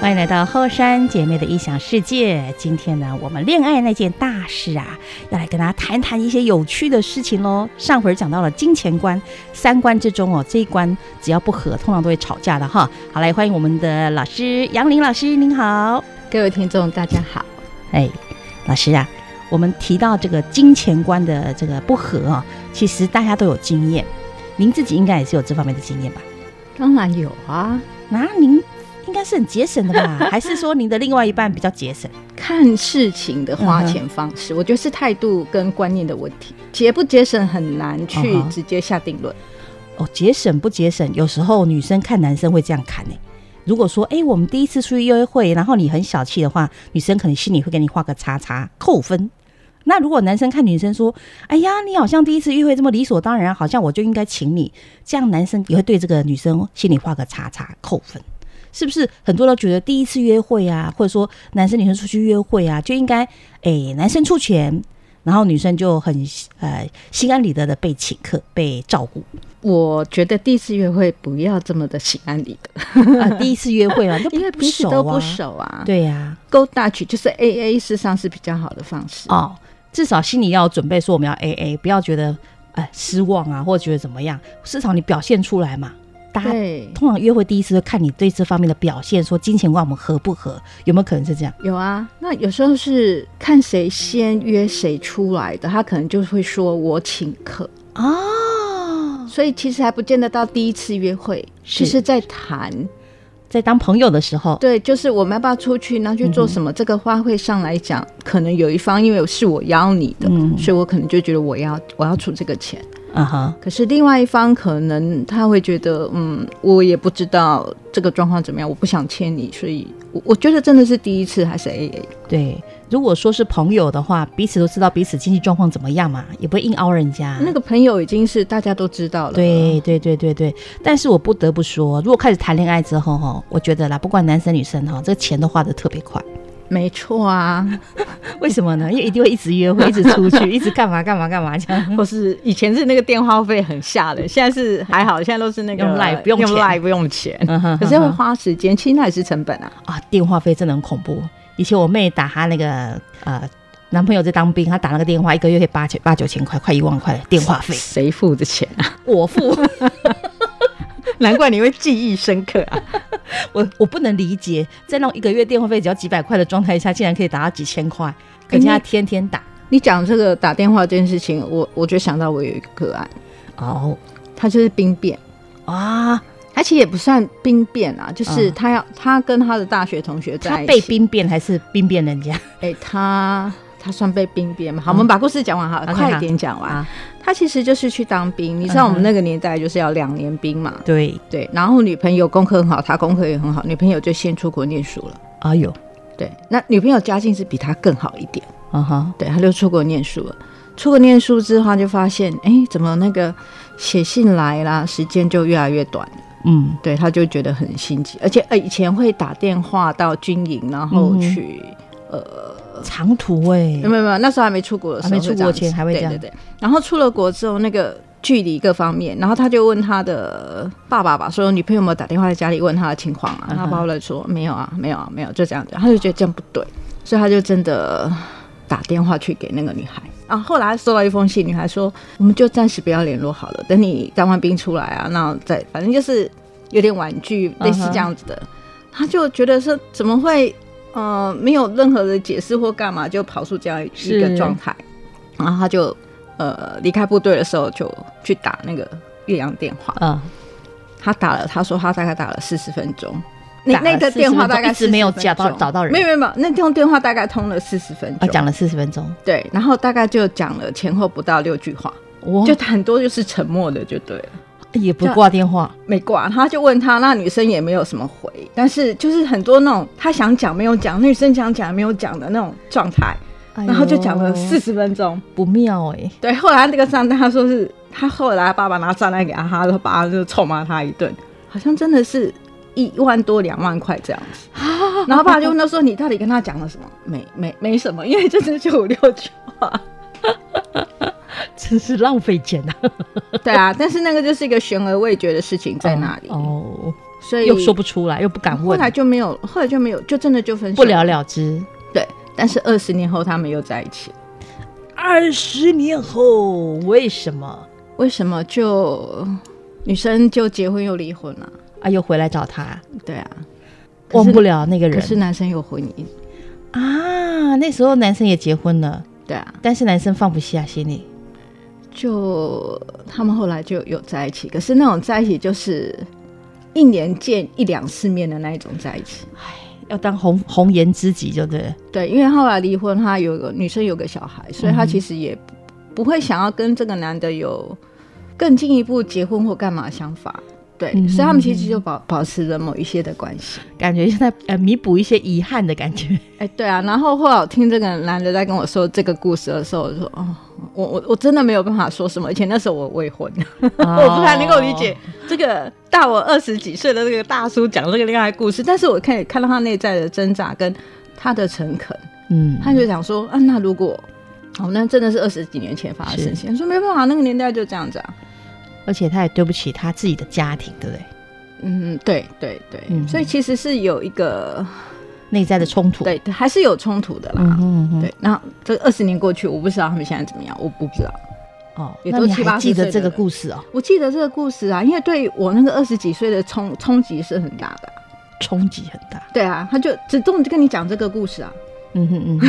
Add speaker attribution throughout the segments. Speaker 1: 欢迎来到后山姐妹的异想世界。今天呢，我们恋爱那件大事啊，要来跟大家谈谈一些有趣的事情喽。上回讲到了金钱观，三观之中哦，这一关只要不合，通常都会吵架的哈。好，来欢迎我们的老师杨林老师，您好。
Speaker 2: 各位听众，大家好。
Speaker 1: 哎，老师啊，我们提到这个金钱观的这个不合啊、其实大家都有经验，您自己应该也是有这方面的经验吧？
Speaker 2: 当然有啊，
Speaker 1: 那、您应该是很节省的吧？还是说您的另外一半比较节省？
Speaker 2: 看事情的花钱方
Speaker 1: 嗯
Speaker 2: 式，我觉得是态度跟观念的问题。节不节省很难去
Speaker 1: 嗯哼
Speaker 2: 直接下定论。
Speaker 1: 哦，节省不节省，有时候女生看男生会这样看呢、如果说，哎、我们第一次出去约会，然后你很小气的话，女生可能心里会给你画个叉叉，扣分。那如果男生看女生说，哎呀，你好像第一次约会这么理所当然，好像我就应该请你，这样男生也会对这个女生心里画个叉叉，扣分。是不是很多人都觉得第一次约会啊，或者说男生女生出去约会啊，就应该哎、男生出钱，然后女生就很呃心安理得的被请客、被照顾。
Speaker 2: 我觉得第一次约会不要这么的心安理得，
Speaker 1: 啊，第一次约会嘛，都
Speaker 2: 因为
Speaker 1: 不
Speaker 2: 彼此
Speaker 1: 熟
Speaker 2: 都不
Speaker 1: 啊。
Speaker 2: 熟啊。
Speaker 1: 对呀、
Speaker 2: ，Go Dutch 就是 A A，事实上是比较好的方式。
Speaker 1: 哦，至少心里要有准备，说我们要 A A，不要觉得呃失望啊，或者觉得怎么样，至少你表现出来嘛。大家
Speaker 2: 对，
Speaker 1: 通常约会第一次会看你对这方面的表现，说金钱观我们合不合，有没有可能是这样？
Speaker 2: 有啊。那有时候是看谁先约谁出来的，他可能就会说我请客，
Speaker 1: 哦，
Speaker 2: 所以其实还不见得到第一次约会，
Speaker 1: 是
Speaker 2: 就是在谈
Speaker 1: 在当朋友的时候，
Speaker 2: 对，就是我们要不要出去，然后去做
Speaker 1: 嗯
Speaker 2: 什么？这个花卉上来讲，可能有一方因为是我邀你的，
Speaker 1: 嗯
Speaker 2: 所以我可能就觉得我要我要出这个钱。
Speaker 1: 嗯哼，
Speaker 2: 可是另外一方可能他会觉得，嗯，我也不知道这个状况怎么样，我不想欠你，所以我我觉得真的是第一次还是 A A。
Speaker 1: 对。如果说是朋友的话，彼此都知道彼此经济状况怎么样嘛，也不会硬凹人家。
Speaker 2: 那个朋友已经是大家都知道了，
Speaker 1: 嗯对对对对对，但是我不得不说，如果开始谈恋爱之后哈，我觉得啦，不管男生女生哈，这个钱都花的特别快。
Speaker 2: 没错啊。
Speaker 1: 为什么 呢？因为一定会一直约会，一直出 去，一直干嘛干嘛干嘛这 样。
Speaker 2: 或是以前是那个电话费很吓人，现在是还好，现在都是那个
Speaker 1: 用 Line，不用钱
Speaker 2: 用 Line 不用钱，
Speaker 1: 嗯哼
Speaker 2: 可是会花时间，其实那也是成本啊。
Speaker 1: 啊，电话费真的很恐怖。以前我妹打她那个呃男朋友在当兵，她打那个电话一个月可以八千八九千块，快一万块的电话费，
Speaker 2: 谁付的钱啊？
Speaker 1: 我付。
Speaker 2: 难怪你会记忆深刻啊！
Speaker 1: 我我不能理解，在那种一个月电话费只要几百块的状态下，竟然可以打到几千块，可
Speaker 2: 哎
Speaker 1: 见
Speaker 2: 那
Speaker 1: 她天天打。
Speaker 2: 你讲这个打电话这件事情，我我就想到我有一个个案，
Speaker 1: 哦
Speaker 2: 他就是兵变，
Speaker 1: 啊，
Speaker 2: 而且也不算兵变啊，就是
Speaker 1: 嗯
Speaker 2: 他要、他跟他的大学同学
Speaker 1: 她
Speaker 2: 在一
Speaker 1: 被
Speaker 2: 起，
Speaker 1: 兵变还是兵变人家？
Speaker 2: 哎、他他算被兵变嘛？好，我们把故事讲完嗯好
Speaker 1: OK，
Speaker 2: 了，快一点讲完。
Speaker 1: 好
Speaker 2: 他其实就是去当兵，你知
Speaker 1: 嗯
Speaker 2: 道
Speaker 1: 哼
Speaker 2: 我们那个年代就是要两年兵嘛，
Speaker 1: 对，
Speaker 2: 对。然后女朋友功课很好，他功课也很好，女朋友就先出国念书了，
Speaker 1: 哎呦，
Speaker 2: 对。那女朋友家境是比他更好一点。
Speaker 1: 啊哈，
Speaker 2: 对，他就出国念书了。出国念书之后，他就发现，哎，怎么那个写信来啦，时间就越来越短。
Speaker 1: 嗯，
Speaker 2: 对，他就觉得很心急，而且呃，以前会打电话到军营，然后
Speaker 1: 嗯哼
Speaker 2: 去，
Speaker 1: 长途哎、
Speaker 2: 没有没有没有，那时候还没出国的时
Speaker 1: 还
Speaker 2: 候会
Speaker 1: 没
Speaker 2: 这样
Speaker 1: 出
Speaker 2: 子，
Speaker 1: 国前还会这样
Speaker 2: 对对对。然后出了国之后，那个距离各方面，然后他就问他的爸爸吧，说女朋友有没有打电话在家里问他的情况啊？
Speaker 1: 嗯哼
Speaker 2: 他爸爸说没有啊，没有啊，没有，就啊这样子。他就觉得这样不对，所以他就真的打电话去给那个女孩。啊，后来他收到一封信，女孩说：“我们就暂时不要联络好了，等你当完兵出来啊，那再反正就是有点婉拒，类似这样子的。他就觉得说怎么会呃没有任何的解释或干嘛就跑出这样一个
Speaker 1: 是
Speaker 2: 状态，然后他就呃离开部队的时候就去打那个岳阳电话，
Speaker 1: 啊、
Speaker 2: 他打了，他说他大概打了四十分钟。那
Speaker 1: 打了
Speaker 2: 那个
Speaker 1: 40
Speaker 2: 电话大
Speaker 1: 分
Speaker 2: 概
Speaker 1: 钟一直没有
Speaker 2: 40分
Speaker 1: 找到
Speaker 2: 钟
Speaker 1: 找到人
Speaker 2: 没有没有没有，那通电话大概通了四十分
Speaker 1: 啊，
Speaker 2: 钟，
Speaker 1: 讲了四十分钟，
Speaker 2: 对，然后大概就讲了前后不到六句话，
Speaker 1: 我
Speaker 2: 就很多就是沉默的，就对了，
Speaker 1: 也不挂电话，
Speaker 2: 没挂。他就问他，那女生也没有什么回，但是就是很多那种他想讲没有讲，女生想讲没有讲的那种状态，
Speaker 1: 哎
Speaker 2: 然后就讲了四
Speaker 1: 是
Speaker 2: 十分钟。
Speaker 1: 不妙哎、
Speaker 2: 对，后来那个账单他说是他后来爸爸拿账单给他，他说爸爸就臭骂他一顿，好像真的是一万多两万块这样子。
Speaker 1: 啊
Speaker 2: 然后爸爸就问他说：“你到底跟他讲了什么？”没没没什么，因为就是就五六句话。
Speaker 1: 真是浪费钱啊！
Speaker 2: 对啊，但是那个就是一个悬而未决的事情在那里。
Speaker 1: 哦，
Speaker 2: 所以
Speaker 1: 又说不出来，又不敢
Speaker 2: 后
Speaker 1: 问，
Speaker 2: 来就没有，后来就没有，就真的就分手
Speaker 1: 不了。了之。
Speaker 2: 对，但是二十年后他们又在一起了，
Speaker 1: 二十年后，为什么
Speaker 2: 为什么就女生就结婚又离婚了、
Speaker 1: 啊？又回来找他，
Speaker 2: 对啊，可
Speaker 1: 忘
Speaker 2: 是
Speaker 1: 不了那个
Speaker 2: 可
Speaker 1: 人
Speaker 2: 是男生有婚姻，
Speaker 1: 啊。那时候男生也结婚了，
Speaker 2: 对啊，
Speaker 1: 但是男生放不下心里。
Speaker 2: 就他们后来就有在一起，可是那种在一起就是一年见一两次面的那一种在一起。
Speaker 1: 要当红红颜知己就对了，
Speaker 2: 对，因为后来离婚，她有个女生有个小孩，所以她其实也不不会想要跟这个男的有更进一步结婚或干嘛的想法。对，
Speaker 1: 嗯
Speaker 2: 所以他们其实就保保持着某一些的关系。
Speaker 1: 感觉现在 呃弥补一些遗憾的感 觉。
Speaker 2: 哎、对啊，然后后来我听这个男的在跟我说这个故事的时候，我就说哦，我我我真的没有办法说什么，而且那时候我未婚，
Speaker 1: 哦
Speaker 2: 我不太能够理解这个大我二十几岁的这个大叔讲这个恋爱故事，但是我可以看到他内在的挣扎跟他的诚恳，
Speaker 1: 嗯，
Speaker 2: 他就想说，啊，那如果，哦，那真的是二十几年前发生的事情，说没办法，那个年代就这样子啊。
Speaker 1: 而且他也对不起他自己的家庭，对不对？
Speaker 2: 嗯，对对对，
Speaker 1: 嗯
Speaker 2: 所以其实是有一个
Speaker 1: 内在的冲突。，
Speaker 2: 对，还是有冲突的啦。
Speaker 1: 嗯哼嗯哼，
Speaker 2: 对，那这二十年过去，我不知道他们现在怎么样，我不知道。
Speaker 1: 哦，
Speaker 2: 也
Speaker 1: 那
Speaker 2: 都
Speaker 1: 你
Speaker 2: 七
Speaker 1: 还
Speaker 2: 八十
Speaker 1: 记得
Speaker 2: 岁
Speaker 1: 这个
Speaker 2: 的人
Speaker 1: 故事哦？
Speaker 2: 我记得这个故事啊，因为对我那个二十几岁的冲冲击是很大的啊。
Speaker 1: 冲击很大。
Speaker 2: 对啊，他就只动跟你讲这个故事啊，
Speaker 1: 嗯哼嗯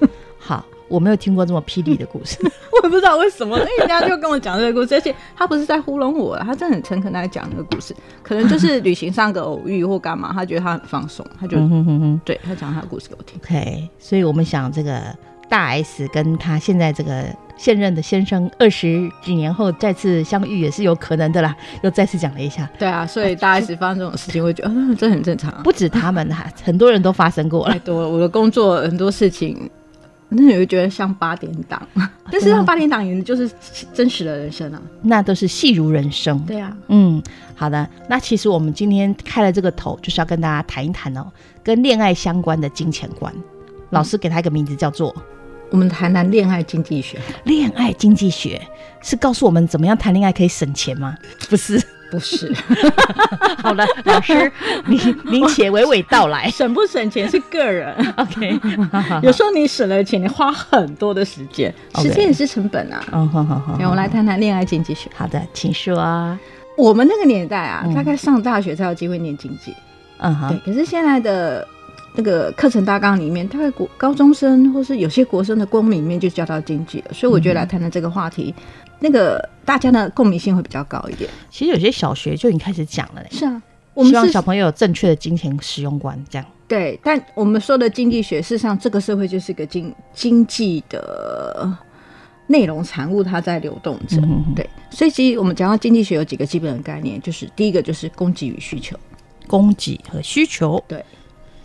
Speaker 1: 哼， 好，我没有听过这么霹雳的 故事。
Speaker 2: 我也不知道为什么，因为人家就跟我讲这个故事，而且他不是在糊弄我，他真的很诚恳地在讲那个故事，可能就是旅行上个偶遇或干嘛，他觉得他很放松，他就、
Speaker 1: 嗯哼哼哼
Speaker 2: 对他讲他的故事给我听。
Speaker 1: ，OK。所以我们想，这个大 S 跟她现在这个现任的先生，二十几年后再次相遇也是有可能的啦。又再次讲了一下，
Speaker 2: 对啊，所以大 S 发生这种事情，我会觉得、嗯，这很正常、啊，
Speaker 1: 不止他们哈，很多人都发生过了
Speaker 2: 太。多了。我的工作很多事情，那你会觉得像八点档， 但是像八点档演的就是真实的人生啊。
Speaker 1: 那都是戏如人生。
Speaker 2: 对啊，
Speaker 1: 嗯，好的。那其实我们今天开了这个头，就是要跟大家谈一谈哦，跟恋爱相关的金钱观。老师给他一个名字叫做
Speaker 2: 我们谈谈恋爱经济学，
Speaker 1: “恋爱经济学”，是告诉我们怎么样谈恋爱可以省钱吗？不 是。
Speaker 2: 不是
Speaker 1: 好了，老师， 您您且娓娓道来。
Speaker 2: 省不省钱是个人。
Speaker 1: OK，
Speaker 2: 有时候你省了钱，你花很多的时间，
Speaker 1: OK
Speaker 2: 时间也是成本啊。
Speaker 1: 嗯，好好好
Speaker 2: 对，我们来谈谈恋爱经济学。
Speaker 1: 好的，请说。
Speaker 2: 我们那个年代啊
Speaker 1: 嗯，
Speaker 2: 大概上大学才有机会念经济，
Speaker 1: 嗯
Speaker 2: 对
Speaker 1: 哼，。
Speaker 2: 可是现在的那个课程大纲里面，大概国高中生或是有些国生的公民里面就教到经济了，所以我觉
Speaker 1: 嗯
Speaker 2: 得来谈谈这个话题，那个大家的共鸣性会比较高一点。
Speaker 1: 其实有些小学就已经开始讲了嘞，
Speaker 2: 是啊，我
Speaker 1: 希望
Speaker 2: 们
Speaker 1: 小
Speaker 2: 是。
Speaker 1: 朋友有正确的金钱使用观，这样。
Speaker 2: 对，但我们说的经济学，事实上这个社会就是一个经经济的内容产物，它在流动着。
Speaker 1: 嗯哼，
Speaker 2: 对，所以其实我们讲到经济学有几个基本的概念，就是第一个就是供给与需求，
Speaker 1: 供给和需求，
Speaker 2: 对，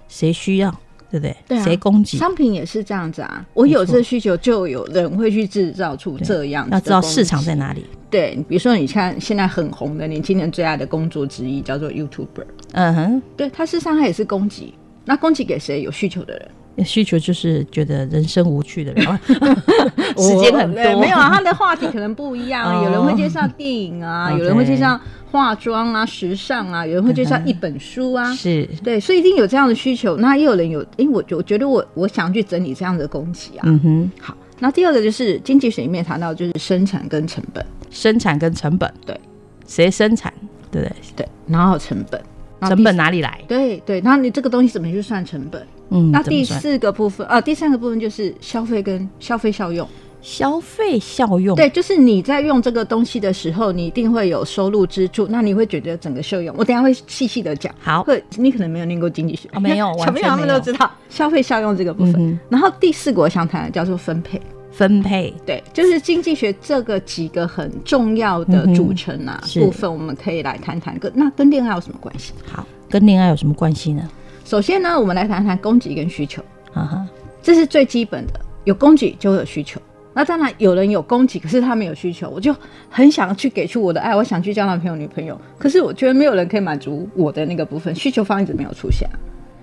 Speaker 1: 谁需要，对不对？
Speaker 2: 对啊
Speaker 1: 谁供给？
Speaker 2: 商品也是这样子啊。我有这需求，就有人会去制造出这样子的
Speaker 1: 要知道
Speaker 2: 东西
Speaker 1: 市场在。哪里。
Speaker 2: 对，比如说你看现在很红的年轻人最爱的工作之一叫做 YouTuber，
Speaker 1: 嗯哼，
Speaker 2: 对，它事实上它也是供给。那供给给谁？有需求的人，
Speaker 1: 需求就是觉得人生无趣的 人，哦时间很
Speaker 2: 哦对
Speaker 1: 多，
Speaker 2: 没有啊，他的话题可能不一样啊。
Speaker 1: 哦
Speaker 2: 有人会介绍电影啊，
Speaker 1: OK
Speaker 2: 有人会介绍化妆啊、时尚啊，有人会介 绍一本书啊。
Speaker 1: 是，
Speaker 2: 对，所以一定有这样的需求。那也有人有，因为我我觉得我我想去整理这样的供给啊。
Speaker 1: 嗯哼，
Speaker 2: 好，那第二个就是经济学里面谈到就是生产跟成本，
Speaker 1: 生产跟成本，
Speaker 2: 对，
Speaker 1: 谁生产，对不对？
Speaker 2: 对，然后成本，然后
Speaker 1: 成
Speaker 2: 第
Speaker 1: 本哪里来？
Speaker 2: 对对，然后你这个东西怎么去算成本？
Speaker 1: 嗯，
Speaker 2: 那
Speaker 1: 怎么
Speaker 2: 第
Speaker 1: 算
Speaker 2: 四个部分，呃，第三个部分就是消费跟消费效
Speaker 1: 哦
Speaker 2: 用。
Speaker 1: 消费效用，
Speaker 2: 对，就是你在用这个东西的时候，你一定会有收入支出，那你会觉得整个效用。我等一下会细细的讲。
Speaker 1: 好
Speaker 2: 会你可能没有念过经济学，
Speaker 1: 哦没有完
Speaker 2: 小朋友他
Speaker 1: 全
Speaker 2: 们
Speaker 1: 没有
Speaker 2: 都知道消费效用这个部分。
Speaker 1: 嗯
Speaker 2: 然后第四个我想谈的叫做分配。
Speaker 1: 分配，
Speaker 2: 对，就是经济学这个几个很重要的组成啊、
Speaker 1: 是
Speaker 2: 部分，我们可以来谈谈跟那跟恋爱有什么关系？
Speaker 1: 好，跟恋爱有什么关系呢？
Speaker 2: 首先呢，我们来谈谈供给跟需求，
Speaker 1: 啊哈，
Speaker 2: 这是最基本的，有供给就有需求。那当然，有人有供给，可是他没有需求，我就很想去给出我的爱，我想去交男朋友、女朋友，可是我觉得没有人可以满足我的那个部分，需求方一直没有出现啊。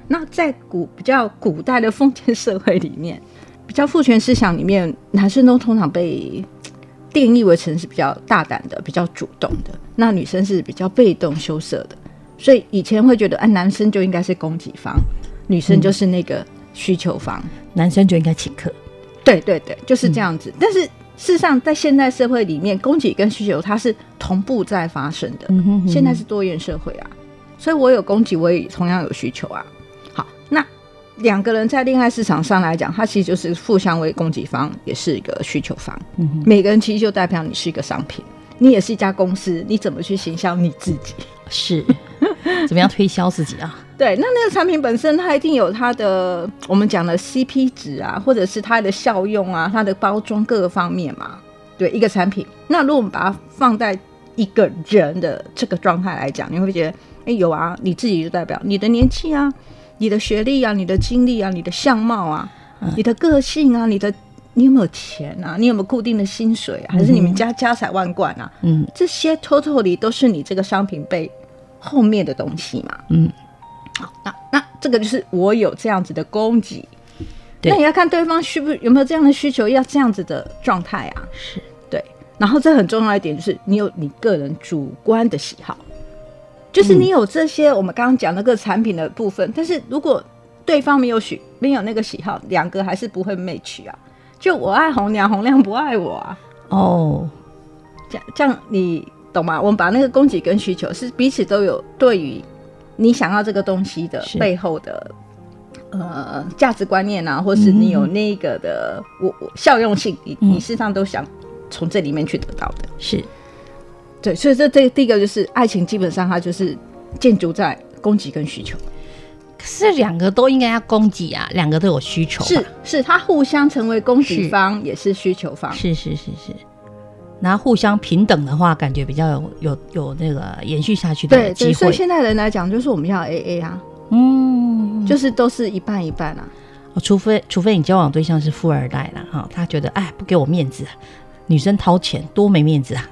Speaker 2: 那在古比较古代的封建社会里面，比较父权思想里面，男生都通常被定义为成是比较大胆的、比较主动的，那女生是比较被动羞涩的。所以以前会觉得，哎、男生就应该是供给方，女生就是那个需求方。
Speaker 1: 男生就应该请客，
Speaker 2: 对对对，就是
Speaker 1: 嗯
Speaker 2: 这样子。但是事实上，在现代社会里面，供给跟需求它是同步在发生的。
Speaker 1: 嗯哼
Speaker 2: 现在是多元社会啊，所以我有供给，我也同样有需求啊。好，那两个人在恋爱市场上来讲，它其实就是互相为供给方，也是一个需求方。
Speaker 1: 嗯哼
Speaker 2: 每个人其实就代表你是一个商品，你也是一家公司，你怎么去行销你自己？
Speaker 1: 是怎么样推销自己啊？
Speaker 2: 对，那那个产品本身，它一定有它的我们讲的 CP 值啊，或者是它的效用啊，它的包装各个方面嘛。对，一个产品，那如果我们把它放在一个人的这个状态来讲，你会觉得，哎，有啊，你自己就代表你的年纪啊，你的学历啊，你的经历啊，你的相貌啊，你的个性啊，你的你有没有钱啊，你有没有固定的薪水啊，还是你们家家财万贯啊？
Speaker 1: 嗯
Speaker 2: 这些 totally 都是你这个商品被后面的东西嘛。
Speaker 1: 嗯，
Speaker 2: 那那这个就是我有这样子的供给，
Speaker 1: 对
Speaker 2: 那也要看对方需不有没有这样的需求，要这样子的状态啊。
Speaker 1: 是
Speaker 2: 对，然后这很重要一点就是你有你个人主观的喜好，就是
Speaker 1: 嗯
Speaker 2: 你有这些我们刚刚讲那个产品的部分，但是如果对方没有喜没有那个喜好，两个还是不会 match 啊。就我爱红娘，红娘不爱我啊。
Speaker 1: 哦，
Speaker 2: 这样这样你懂吗？我们把那个供给跟需求是彼此都有对于你想要这个东西的
Speaker 1: 是
Speaker 2: 背后的呃价值观念啊，或是你有那个的
Speaker 1: 嗯
Speaker 2: 我我效用性，你你事实上都想从这里面去得到的。
Speaker 1: 是
Speaker 2: 对，所以这这第一个就是爱情，基本上它就是建筑在供给跟需求，
Speaker 1: 可是两个都应该要供给啊，两个都有需求吧，
Speaker 2: 是是它互相成为供给方，也是需求方。
Speaker 1: 是是是是，然后互相平等的话，感觉比较有有有那个延续下去的
Speaker 2: 对
Speaker 1: 机
Speaker 2: 对，所以
Speaker 1: 会。
Speaker 2: 现代人来讲，就是我们要 A A 啊，
Speaker 1: 嗯，
Speaker 2: 就是都是一半一半啊。
Speaker 1: 哦除非除非你交往对象是富二代啦，哈、他觉得哎不给我面子，女生掏钱多没面子啊，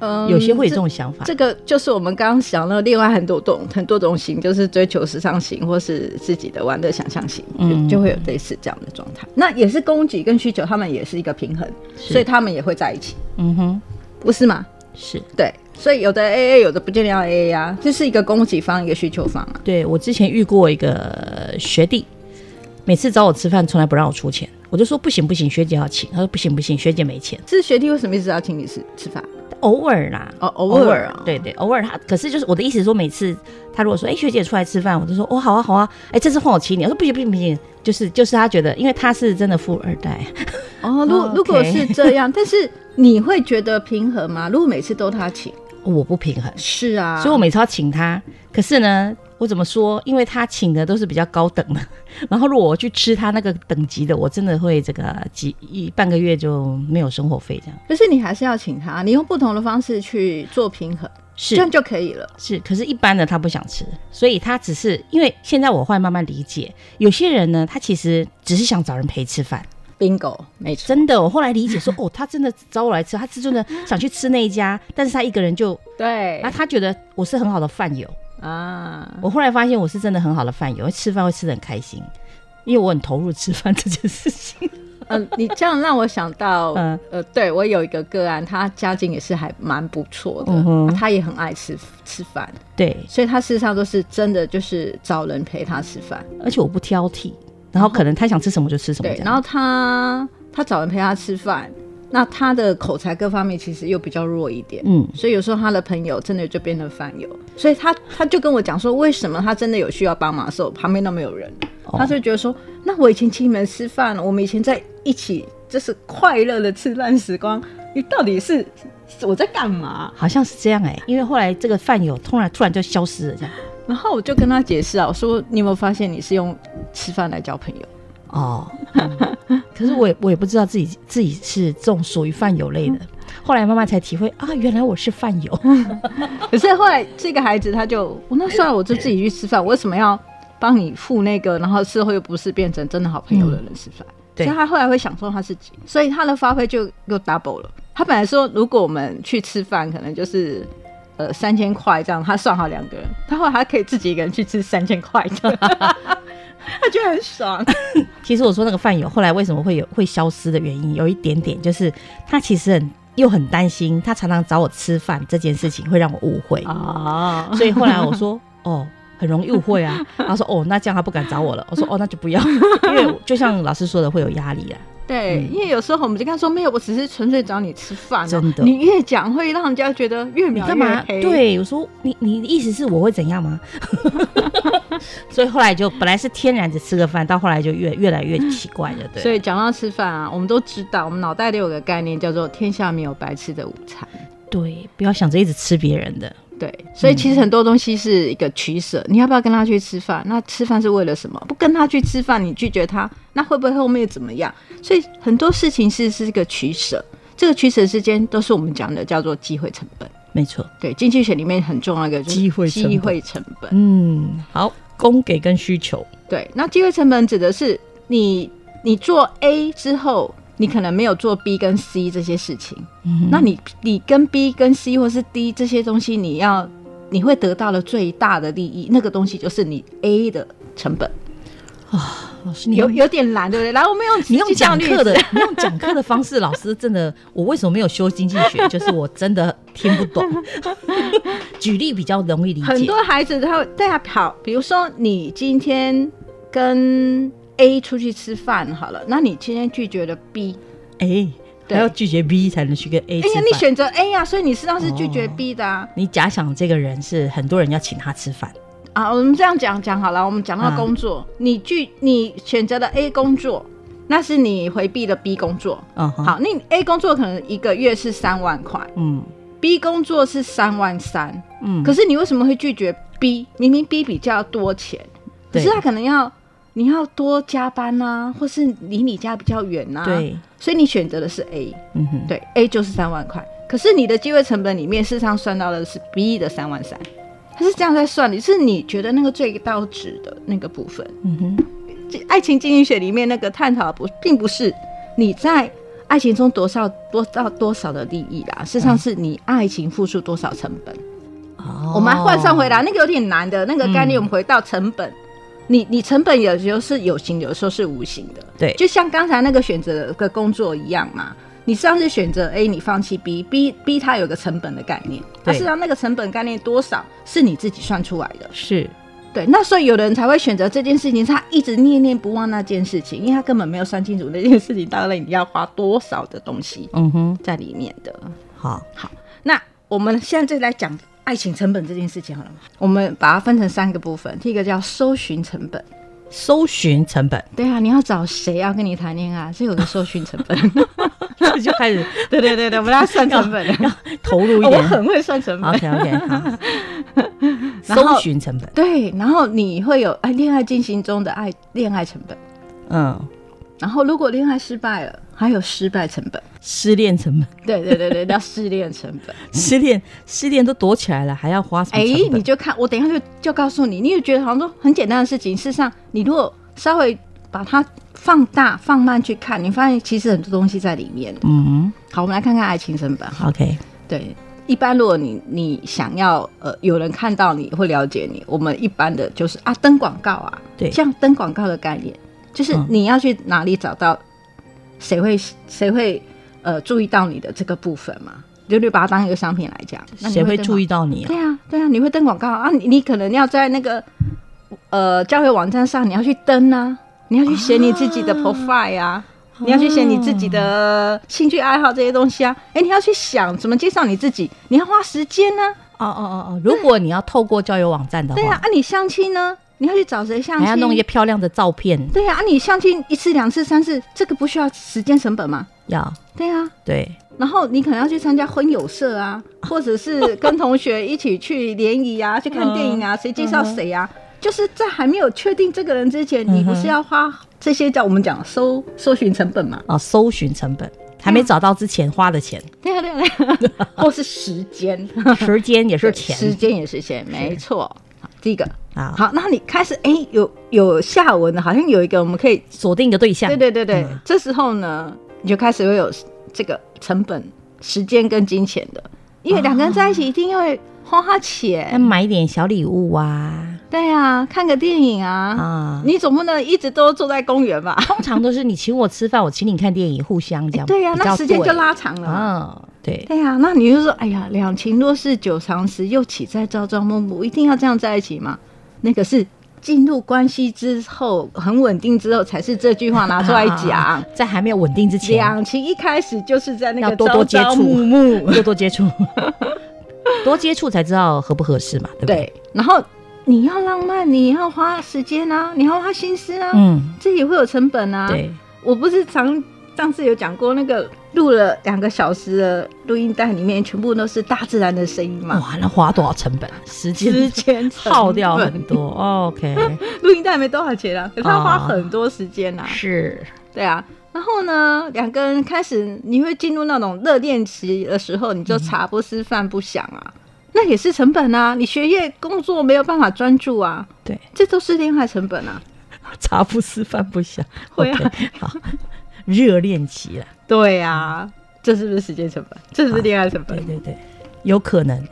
Speaker 2: 嗯，
Speaker 1: 有些会有这种想法。
Speaker 2: 这个就是我们刚刚讲了，另外很多种很多种型，就是追求时尚型或是自己的玩乐想象型，
Speaker 1: 嗯
Speaker 2: 就就会有类似这样的状态。那也是供给跟需求，他们也是一个平衡，
Speaker 1: 是
Speaker 2: 所以他们也会在一起，
Speaker 1: 嗯哼，
Speaker 2: 不是吗？
Speaker 1: 是
Speaker 2: 对，所以有的 A A，有的不见得要 A A 啊，这是一个供给方，一个需求方啊。
Speaker 1: 对我之前遇过一个学弟，每次找我吃饭从来不让我出钱，我就说不行不行，学姐要请，他说不行不行，学姐没钱。
Speaker 2: 这学弟为什么一直要请你吃吃饭？
Speaker 1: 偶尔啦，
Speaker 2: 哦，偶尔啊，
Speaker 1: 对对，偶尔他，可是就是我的意思是说，每次他如果说，哎、学姐出来吃饭，我就说，哦，好啊，好啊，哎、这次换我请你，我说不行不行不行，就是就是他觉得，因为他是真的富二代，
Speaker 2: 哦，如
Speaker 1: 哦
Speaker 2: 如果
Speaker 1: OK
Speaker 2: 是这样，但是你会觉得平衡吗？如果每次都他请，
Speaker 1: 我不平衡，
Speaker 2: 是啊，
Speaker 1: 所以我每次要请他，可是呢，我怎么说？因为他请的都是比较高等的， 然后如果我去吃他那个等级的，我真的会这个几一半个月就没有生活费这样。
Speaker 2: 可是你还是要请他，你用不同的方式去做平衡，这
Speaker 1: 是
Speaker 2: 样就可以了。
Speaker 1: 是，可是一般的他不想吃，所以他只是因为现在我会慢慢理解，有些人呢，他其实只是想找人陪吃饭。
Speaker 2: bingo，没错。
Speaker 1: 真的，我后来理解说，哦，他真的找我来吃，他是真的想去吃那一家，但是他一个人就，啊
Speaker 2: 对
Speaker 1: 然后他觉得我是很好的饭友。
Speaker 2: 啊，
Speaker 1: 我后来发现我是真的很好的饭友，吃饭会吃的很开心，因为我很投入吃饭这件事情。
Speaker 2: 嗯，你这样让我想到，
Speaker 1: 嗯
Speaker 2: 呃，对我有一个个案，他家境也是还蛮不错的，
Speaker 1: 嗯哼
Speaker 2: 他也很爱吃吃饭，
Speaker 1: 对，
Speaker 2: 所以他事实上都是真的就是找人陪他吃饭。
Speaker 1: 而且我不挑剔，然后可能他想吃什么就吃什么
Speaker 2: 对
Speaker 1: 这，样。
Speaker 2: 然后他他找人陪他吃饭，那他的口才各方面其实又比较弱一点，
Speaker 1: 嗯，
Speaker 2: 所以有时候他的朋友真的就变成饭友，所以他他就跟我讲说，为什么他真的有需要帮忙的时候，旁边都没有人，
Speaker 1: 哦
Speaker 2: 他就觉得说，那我以前请你们吃饭，我们以前在一起就是快乐的吃饭时光，你到底是我在干嘛？
Speaker 1: 好像是这样哎、因为后来这个饭友突然突然就消失了这样。
Speaker 2: 然后我就跟他解释啊，我说你有没有发现你是用吃饭来交朋友？
Speaker 1: 哦，嗯可是我也我也不知道自己自己是这种属于饭友类的。
Speaker 2: 嗯
Speaker 1: 后来妈妈才体会啊，原来我是饭友。
Speaker 2: 可是后来这个孩子他就，我那算了，我就自己去吃饭，我为什么要帮你付那个？然后事后又不是变成真的好朋友的人吃饭，
Speaker 1: 对
Speaker 2: 所以他后来会享受他自己，所以他的发挥就又 double 了。他本来说，如果我们去吃饭，可能就是。呃，三千块这样，他算好两个人，他后来还可以自己一个人去吃三千块的，他觉得很爽。
Speaker 1: 其实我说那个饭友后来为什么会有会消失的原因，有一点点就是他其实很又很担心，他常常找我吃饭这件事情会让我误会，
Speaker 2: 哦，
Speaker 1: 所以后来我说哦，很容易误会啊。他说哦，那这样他不敢找我了。我说哦，那就不要， 因为就像老师说的，会有压力啊。
Speaker 2: 对，因为有时候我们就跟他说没有，我只是纯粹找你吃饭啊、
Speaker 1: 真的
Speaker 2: 你越讲会让人家觉得越
Speaker 1: 你
Speaker 2: 描
Speaker 1: 干
Speaker 2: 越
Speaker 1: 嘛？
Speaker 2: 黑。，
Speaker 1: 对，我说你你的意思是我会怎样吗？ 所以后来就本来是天然只吃个饭，到后来就越越来越奇怪了，对。
Speaker 2: 所以讲到吃饭啊，我们都知道，我们脑袋里有个概念叫做“天下没有白吃的午餐
Speaker 1: 对，不要想着一直吃别人的。”。
Speaker 2: 对，所以其实很多东西是一个取舍，你要不要跟他去吃饭？那吃饭是为了什么？不跟他去吃饭，你拒绝他，那会不会后面怎么样？所以很多事情是是一个取舍，这个取舍之间都是我们讲的叫做机会成本。
Speaker 1: 没错，
Speaker 2: 对，经济学里面很重要一个就是
Speaker 1: 机会成本
Speaker 2: 机会成本。
Speaker 1: 嗯，好，供给跟需求，
Speaker 2: 对，那机会成本指的是你你做 A 之后，你可能没有做 B 跟 C 这些事情，
Speaker 1: 嗯
Speaker 2: 那你你跟 B 跟 C 或是 D 这些东西，你要你会得到的最大的利益，那个东西就是你 A 的成本。
Speaker 1: 老师你
Speaker 2: 有
Speaker 1: 用
Speaker 2: 有点难，对不对？来，我们用
Speaker 1: 你用
Speaker 2: 实际
Speaker 1: 讲
Speaker 2: 上
Speaker 1: 课的
Speaker 2: 例子，
Speaker 1: 你用讲课的方式，老师真的，我为什么没有修经济 学？就是我真的听不 懂，举例比较容易理
Speaker 2: 很
Speaker 1: 解。
Speaker 2: 多孩子他会对啊，好，比如说你今天跟 A 出去吃饭好了，那你今天拒绝了 B，
Speaker 1: 哎、还
Speaker 2: 对
Speaker 1: 要拒绝 B 才能去跟 A 吃
Speaker 2: 哎呀
Speaker 1: 饭。，
Speaker 2: 你选择 A 啊，所以你实际上是拒绝
Speaker 1: 哦
Speaker 2: B 的啊。
Speaker 1: 你假想这个人是很多人要请他吃饭，
Speaker 2: 啊，我们这样讲讲好了，我们讲到
Speaker 1: 啊
Speaker 2: 工作，你拒你选择了 A 工作，那是你回避了 B 工作。
Speaker 1: 嗯哼，，
Speaker 2: 好，那你 A 工作可能一个月是三万块
Speaker 1: 嗯
Speaker 2: ，B 工作是三万三，
Speaker 1: 嗯，
Speaker 2: 可是你为什么会拒绝 B？明明 B 比较多钱，可
Speaker 1: 对
Speaker 2: 是他可能要你要多加班啊，或是离你家比较远啊，，
Speaker 1: 对，
Speaker 2: 所以你选择的是 A，
Speaker 1: 嗯哼，
Speaker 2: 对，A 就是三万块，可是你的机会成本里面，事实上算到的是 B 的三万三，它是这样在算的，是你觉得那个最高值的那个部分。
Speaker 1: 嗯哼，
Speaker 2: 这爱情经济学里面那个探讨的不，并不是你在爱情中多少多到多少的利益啦，事
Speaker 1: 嗯
Speaker 2: 实上是你爱情付出多少成本。
Speaker 1: 哦嗯
Speaker 2: 我们来换算回来，那个有点难的那个概念，我们回到成本。你你成本有时候是有形，有时候是无形的。
Speaker 1: 对
Speaker 2: 就像刚才那个选择的工作一样嘛，你上次选择 A，你放弃 B，B B 它有个成本的概念，
Speaker 1: 对
Speaker 2: 它实际上那个成本概念多少是你自己算出来的。
Speaker 1: 是，
Speaker 2: 对，那所以有的人才会选择这件事情，他一直念念不忘那件事情，因为他根本没有算清楚那件事情到底你要花多少的东西
Speaker 1: 嗯哼，
Speaker 2: 在里面的。
Speaker 1: 好，
Speaker 2: 那我们现在就来讲爱情成本这件事情好了吗？我们把它分成三个部分，第一个叫搜寻成本。
Speaker 1: 搜寻成本
Speaker 2: 对啊，你要找谁要跟你谈恋爱，这有个搜寻成本。
Speaker 1: 就开始
Speaker 2: 对对对对，我们要算成本。
Speaker 1: 投入一
Speaker 2: 我
Speaker 1: 点。
Speaker 2: 很会算成本。
Speaker 1: OK OK，好，
Speaker 2: 然后
Speaker 1: 搜寻成本，
Speaker 2: 对，然后你会有哎恋爱进行中的爱恋爱成本，
Speaker 1: 嗯，
Speaker 2: 然后如果恋爱失败了，还有失败成本。
Speaker 1: 失恋成本，
Speaker 2: 对对对对，叫失恋成本。
Speaker 1: 失恋失恋都躲起来了，还要花什么
Speaker 2: 哎、
Speaker 1: 成
Speaker 2: 你
Speaker 1: 本？
Speaker 2: 就看我等一下就就告诉你，你也觉得好像说很简单的事情，事实上你如果稍微把它放大放慢去看，你发现其实很多东西在里面的。
Speaker 1: 嗯
Speaker 2: 好，我们来看看爱情成本。
Speaker 1: ，OK，
Speaker 2: 对，一般如果你你想要呃有人看到你会了解你，我们一般的就是啊登广告啊，
Speaker 1: 对
Speaker 2: 像登广告的概念，就是
Speaker 1: 嗯
Speaker 2: 你要去哪里找到谁会谁会呃注意到你的这个部分嘛，就你把它当一个商品来讲，那你
Speaker 1: 谁会
Speaker 2: 登
Speaker 1: 注
Speaker 2: 广
Speaker 1: 意到你啊？
Speaker 2: 对啊，对啊，你会登广告啊，你你可能要在那个呃教会网站上，你要去登啊，你要去写你自己的 profile 啊。你要去写你自己的兴趣爱好这些东西啊，哎、你要去想怎么介绍你自己，你要花时间呢、
Speaker 1: 哦哦哦哦，如果你要透过交友网站的
Speaker 2: 对啊，
Speaker 1: 话，
Speaker 2: 啊，你相亲呢，你要去找谁相
Speaker 1: 还
Speaker 2: 亲？
Speaker 1: 要弄一些漂亮的照片，
Speaker 2: 对啊，啊，你相亲一次、两次、三次，这个不需要时间成本吗？
Speaker 1: 要
Speaker 2: 对啊，
Speaker 1: 对，
Speaker 2: 然后你可能要去参加婚友社 啊，或者是跟同学一起去联谊 啊，去看电影啊，谁介绍谁啊？就是在还没有确定这个人之前，你不是要花这些叫我们讲搜搜寻成本嘛？
Speaker 1: 哦，搜寻成本，还没找到之前花的钱，
Speaker 2: 对啊对啊对啊， 或是时 间，
Speaker 1: 啊时间也是
Speaker 2: 时
Speaker 1: 钱
Speaker 2: 间也是钱，没错。好，第一个
Speaker 1: 啊，
Speaker 2: 好，那你开始哎、有有下文了，好像有一个我们可以，
Speaker 1: 锁定一个对象，
Speaker 2: 对对对对，
Speaker 1: 嗯
Speaker 2: 这时候呢，你就开始会有这个成本、时间跟金钱的，因为两个人在一起一定会花钱，
Speaker 1: 那买点小礼物啊
Speaker 2: 对啊，看个电影啊，
Speaker 1: 啊，
Speaker 2: 你总不能一直都坐在公园吧？
Speaker 1: 哦通常都是你请我吃饭，我请你看电影，互相这样，
Speaker 2: 对呀、啊
Speaker 1: 比较
Speaker 2: 那时间
Speaker 1: 对
Speaker 2: 就拉长了嘛。
Speaker 1: 啊，对，
Speaker 2: 对呀、那你就说，哎呀，两情若是久长时，又岂在朝朝暮暮？一定要这样在一起吗？那个是进入关系之后很稳定之后，才是这句话拿出 来
Speaker 1: 啊啊
Speaker 2: 讲
Speaker 1: 啊。在还没有稳定之前，
Speaker 2: 两情一开始就是在那
Speaker 1: 要
Speaker 2: 个
Speaker 1: 多多接
Speaker 2: 朝朝暮
Speaker 1: 触，
Speaker 2: 暮
Speaker 1: 多多接触，多接触才知道合不合适嘛，对不对？
Speaker 2: 对，然后你要浪漫，你要花时间啊，你要花心思啊，
Speaker 1: 嗯，
Speaker 2: 这也会有成本啊。
Speaker 1: 对，
Speaker 2: 我不是常上次有讲过那个录了两个小时的录音带，里面全部都是大自然的声音嘛，
Speaker 1: 哇，那花多少成本？啊时
Speaker 2: 啊时
Speaker 1: 间
Speaker 2: 间成本
Speaker 1: 哦耗掉很哦多。OK， 哦
Speaker 2: 录音带没多少钱啊，可是要花很多时间呐、
Speaker 1: 是，
Speaker 2: 对啊。然后呢，两个人开始你会进入那种热恋期的时候，你
Speaker 1: 嗯
Speaker 2: 就茶不思饭不想啊，那也是成本啊。你学业工作没有办法专注啊，
Speaker 1: 对，
Speaker 2: 这都是恋爱成本啊。
Speaker 1: 茶不思饭不想。
Speaker 2: 会啊
Speaker 1: OK，好，热恋期了，
Speaker 2: 对啊，这是不是时间成本？这是不是恋爱成本
Speaker 1: 对？对对，有可能。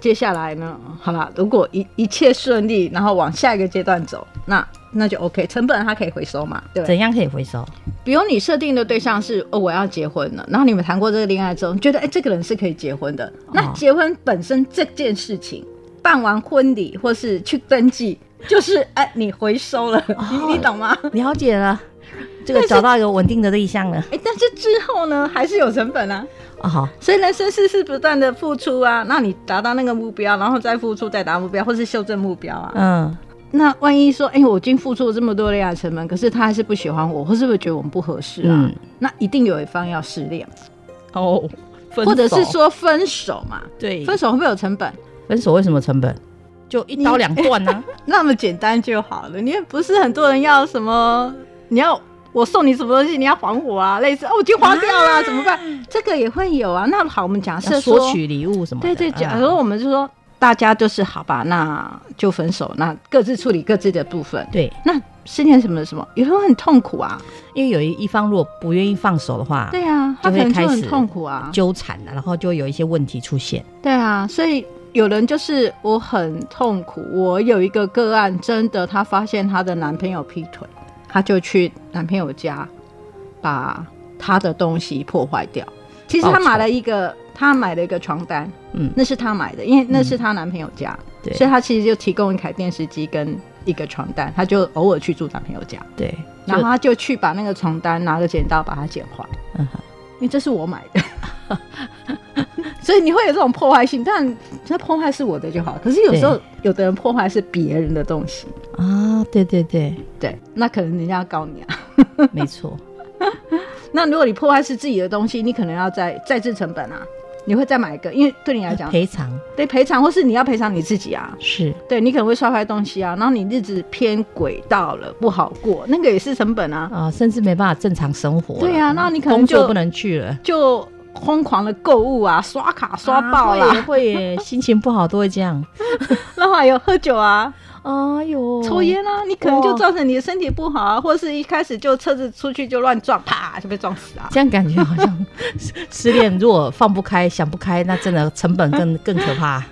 Speaker 2: 接下来呢？好啦，如果一一切顺利，然后往下一个阶段走，那那就 OK，成本它可以回收嘛，对不对
Speaker 1: 怎样可以回收？
Speaker 2: 比如你设定的对象是哦，我要结婚了，然后你们谈过这个恋爱之后，你觉得哎、这个人是可以结婚的。那结婚本身这件事情，办完婚礼或是去登记，就是哎、你回收了，你你懂吗？
Speaker 1: 了解了，这个找到一个稳定的对象了。
Speaker 2: 哎、但是之后呢，还是有成本啊。
Speaker 1: 哦，好，
Speaker 2: 所以人生是是不断的付出啊，那你达到那个目标，然后再付出，再达目标，或是修正目标啊。
Speaker 1: 嗯，
Speaker 2: 那万一说，哎、我已经付出了这么多恋爱成本，可是他还是不喜欢我，或是不是觉得我们不合适啊？
Speaker 1: 嗯
Speaker 2: 那一定有一方要失恋，
Speaker 1: 哦，
Speaker 2: 或者是说分手嘛？
Speaker 1: 对
Speaker 2: 分手会不会有成本？
Speaker 1: 分手为什么成本？就一刀两断啊 呢、
Speaker 2: 那么简单就好了，你也不是很多人要什么，你要我送你什么东西，你要还我啊，类似哦，我已经花掉了、怎么办？这个也会有啊。那好，我们假
Speaker 1: 啊要
Speaker 2: 设说
Speaker 1: 索取礼物什么的？
Speaker 2: 对对，假
Speaker 1: 啊
Speaker 2: 如我们就说大家就是好吧，那就分手，那各自处理各自的部分。
Speaker 1: 对，
Speaker 2: 那失恋什么什么，也会很痛苦啊。
Speaker 1: 因为有一一方如果不愿意放手的话，
Speaker 2: 对啊，他
Speaker 1: 就
Speaker 2: 可
Speaker 1: 会
Speaker 2: 能就
Speaker 1: 开
Speaker 2: 很
Speaker 1: 始
Speaker 2: 痛苦啊。
Speaker 1: 纠缠了，然后就会有一些问题出现。
Speaker 2: 对啊，所以有人就是我很痛苦。我有一个个案，真的她发现她的男朋友劈腿，她就去男朋友家把他的东西破坏掉。其实
Speaker 1: 报
Speaker 2: 她
Speaker 1: 仇
Speaker 2: 买了一个，她买了一个床单，
Speaker 1: 嗯
Speaker 2: 那是她买的，因为那是她男朋友家，
Speaker 1: 对
Speaker 2: 所以她其实就提供一台电视机跟一个床单，她就偶尔去住男朋友家，
Speaker 1: 对，
Speaker 2: 然后她就去把那个床单拿个剪刀把它剪坏。
Speaker 1: 嗯哼
Speaker 2: 因为这是我买的， 所以你会有这种破坏性，但那破坏是我的就好。可是有时候有的人破坏是别人的东西，
Speaker 1: 啊，对对 对，
Speaker 2: 对，那可能人家要告你啊。
Speaker 1: 没 错，
Speaker 2: 那如果你破坏是自己的东西，你可能要再再制成本啊，你会再买一个，因为对你来讲，
Speaker 1: 赔偿
Speaker 2: 对赔偿或是你要赔偿你自己啊。
Speaker 1: 是
Speaker 2: 对你可能会摔坏东西啊，然后你日子偏轨道了，不好过，那个也是成本啊。
Speaker 1: 啊、甚至没办法正常生活了。嗯
Speaker 2: 对啊那你可能
Speaker 1: 工作
Speaker 2: 就
Speaker 1: 不能去了。
Speaker 2: 就疯狂的购物啊，刷卡刷爆
Speaker 1: 啊
Speaker 2: 啦，
Speaker 1: 会耶，会耶， 心情不好都会这 样。
Speaker 2: 然后还有喝酒啊，
Speaker 1: 哎呦，
Speaker 2: 抽烟啊，你可能就
Speaker 1: 哇
Speaker 2: 造成你的身体不好啊，或是一开始就车子出去就乱撞，啪就被撞死啊。
Speaker 1: 这样感觉好像 失失恋，如果放不开、想不开，那真的成本更更可怕。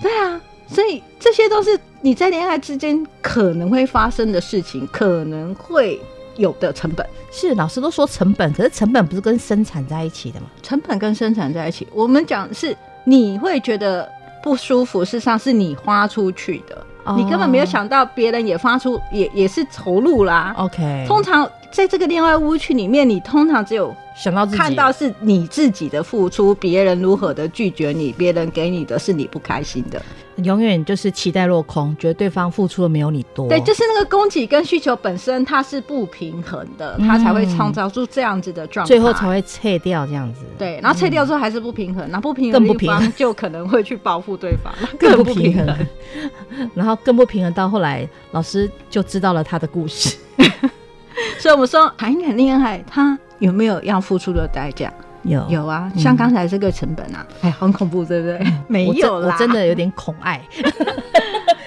Speaker 2: 对啊，所以这些都是你在恋爱之间可能会发生的事情，可能会有的成本。
Speaker 1: 是老师都说成本，可是成本不是跟生产在一起的吗？
Speaker 2: 成本跟生产在一起，我们讲是你会觉得不舒服，事实上是你花出去的，
Speaker 1: 哦
Speaker 2: 你根本没有想到别人也发出也也是投入
Speaker 1: 哦
Speaker 2: 啦。
Speaker 1: OK，
Speaker 2: 通常在这个恋爱误区里面，你通常只有
Speaker 1: 想到自己
Speaker 2: 看到是你自己的付出，别人如何的拒绝你，别人给你的是你不开心的。
Speaker 1: 永远就是期待落空，觉得对方付出的没有你多。
Speaker 2: 对，就是那个供给跟需求本身它是不平衡的，它才会创造出这样子的状态，
Speaker 1: 嗯最后才会撤掉这样子。，
Speaker 2: 对。然后撤掉之后还是不平衡，那不
Speaker 1: 嗯
Speaker 2: 平
Speaker 1: 更
Speaker 2: 衡
Speaker 1: 不
Speaker 2: 的
Speaker 1: 平
Speaker 2: 一
Speaker 1: 衡
Speaker 2: 方就可能会去报复对方，
Speaker 1: 更
Speaker 2: 更
Speaker 1: 不
Speaker 2: 不
Speaker 1: 平
Speaker 2: 平衡。
Speaker 1: 衡。 然后更不平衡到后来，老师就知道了他的故事。
Speaker 2: 所以我们说谈一点恋爱，它有没有要付出的代价？
Speaker 1: 有，
Speaker 2: 有啊，像刚才这个成本啊，哎，很恐怖，对不对？没
Speaker 1: 嗯我真
Speaker 2: 有啦，
Speaker 1: 我真的有点恐爱。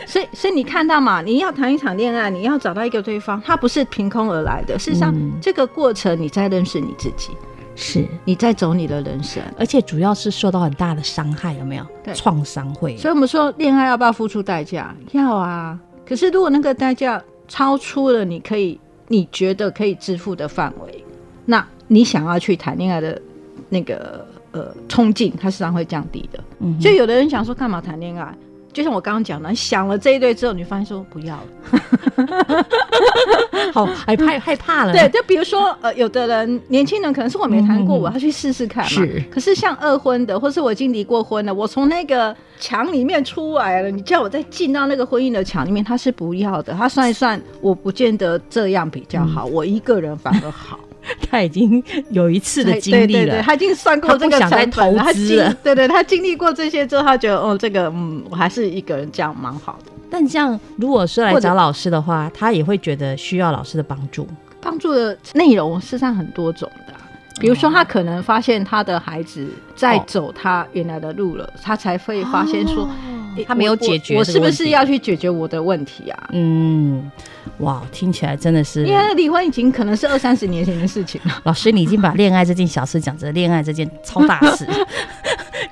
Speaker 2: 所以，所以你看到嘛，你要谈一场恋爱，你要找到一个对方，他不是凭空而来的。事实上，
Speaker 1: 嗯
Speaker 2: 这个过程你在认识你自己，
Speaker 1: 是，
Speaker 2: 你在走你的人生。
Speaker 1: 而且主要是受到很大的伤害，有没有？
Speaker 2: 对
Speaker 1: 创伤会。
Speaker 2: 所以我们说，恋爱要不要付出代价？要啊。可是如果那个代价超出了你可以你觉得可以支付的范围，那你想要去谈恋爱的那个呃冲劲，它时常会降低的。
Speaker 1: 嗯
Speaker 2: 所以有的人想说干嘛谈恋爱？就像我刚刚讲的，想了这一对之后，你发现说不要了。
Speaker 1: 好害怕害怕了，
Speaker 2: 对，，就比如说呃，有的人年轻人可能是我没谈过，
Speaker 1: 嗯
Speaker 2: 我要去试试看嘛。
Speaker 1: 是
Speaker 2: 可是像二婚的，或是我已经离过婚了，我从那个墙里面出来了，你叫我再进到那个婚姻的墙里面，他是不要的。他算一算，我不见得这样比较
Speaker 1: 嗯
Speaker 2: 好，我一个人反 而好。
Speaker 1: 他已经有一次的
Speaker 2: 他
Speaker 1: 经历了，
Speaker 2: 对对对，他已经算过这个成
Speaker 1: 他
Speaker 2: 本
Speaker 1: 不想再投资了
Speaker 2: 他经对对，他经历过这些之后，他觉得哦，这个嗯，我还是一个人这样蛮好的。
Speaker 1: 但这样，如果是来
Speaker 2: 或者
Speaker 1: 找老师的话，他也会觉得需要老师的帮助。
Speaker 2: 帮助的内容事实上很多种的啊、比如说他可能发现他的孩子在
Speaker 1: 哦
Speaker 2: 走他原来的路了，他才会发现说。诶
Speaker 1: 他没有
Speaker 2: 我
Speaker 1: 解决
Speaker 2: 我，我
Speaker 1: 这
Speaker 2: 是
Speaker 1: 个
Speaker 2: 不
Speaker 1: 问
Speaker 2: 是
Speaker 1: 题
Speaker 2: 要去解决我的问题啊？
Speaker 1: 嗯，哇，听起来真的是
Speaker 2: 因为那离婚已经可能是二三十年前的事 情了。
Speaker 1: 老师，你已经把恋爱这件小事讲成恋爱这件超大 事，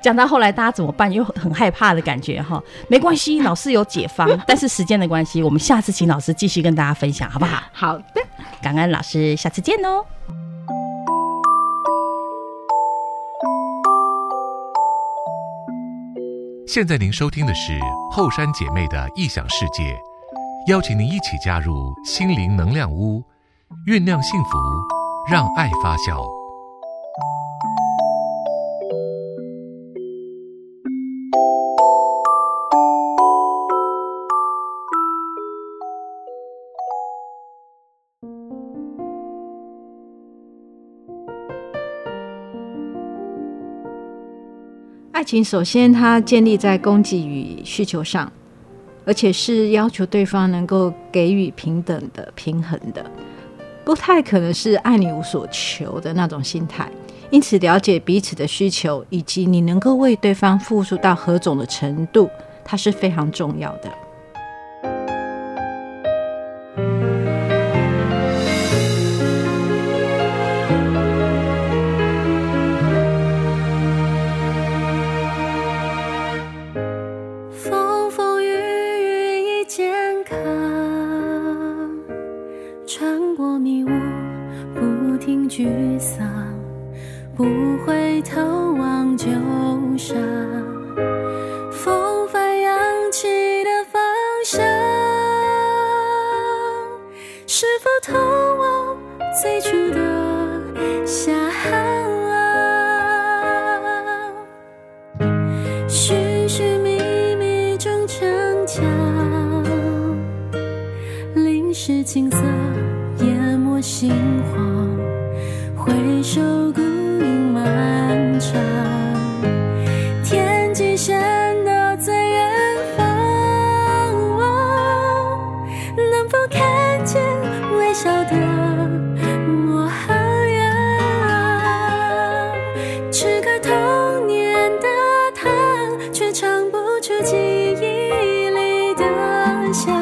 Speaker 1: 讲到后来大家怎么办，又很害怕的感觉哈。没关系，老师有解方，但是时间的关系，我们下次请老师继续跟大家分享，好不好？
Speaker 2: 好的，
Speaker 1: 感恩老师，下次见哦。
Speaker 3: 现在您收听的是后山姐妹的异想世界，邀请您一起加入心灵能量屋，酝酿幸福，让爱发酵。
Speaker 2: 爱情首先它建立在供给与需求上，而且是要求对方能够给予平等的、平衡的，不太可能是爱你无所求的那种心态。因此，了解彼此的需求以及你能够为对方付出到何种的程度，它是非常重要的。
Speaker 4: 风风雨雨一肩扛，穿过迷雾，不停沮丧，不回头望旧伤。风帆扬起的方向，是否通往最初的下岸？寻寻觅觅中逞强，淋湿景色，淹没心慌，回首孤影漫长，天际线的最远方，能否看见微笑的模样？吃个童年的糖，却尝不出记忆里的香。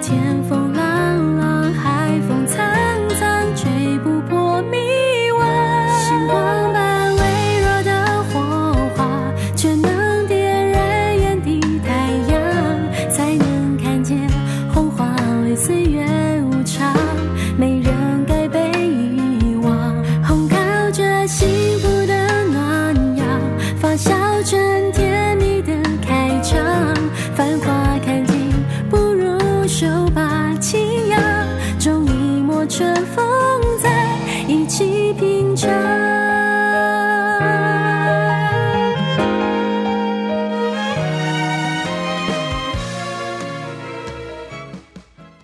Speaker 4: 天风朗朗，海风苍苍，吹不破迷惘。星光般微弱的火花，却能点燃眼底太阳，才能看见红花里岁月无常，没人该被遗忘。烘烤着幸福的暖阳，发酵成甜蜜的开场，繁华看尽不如收吧。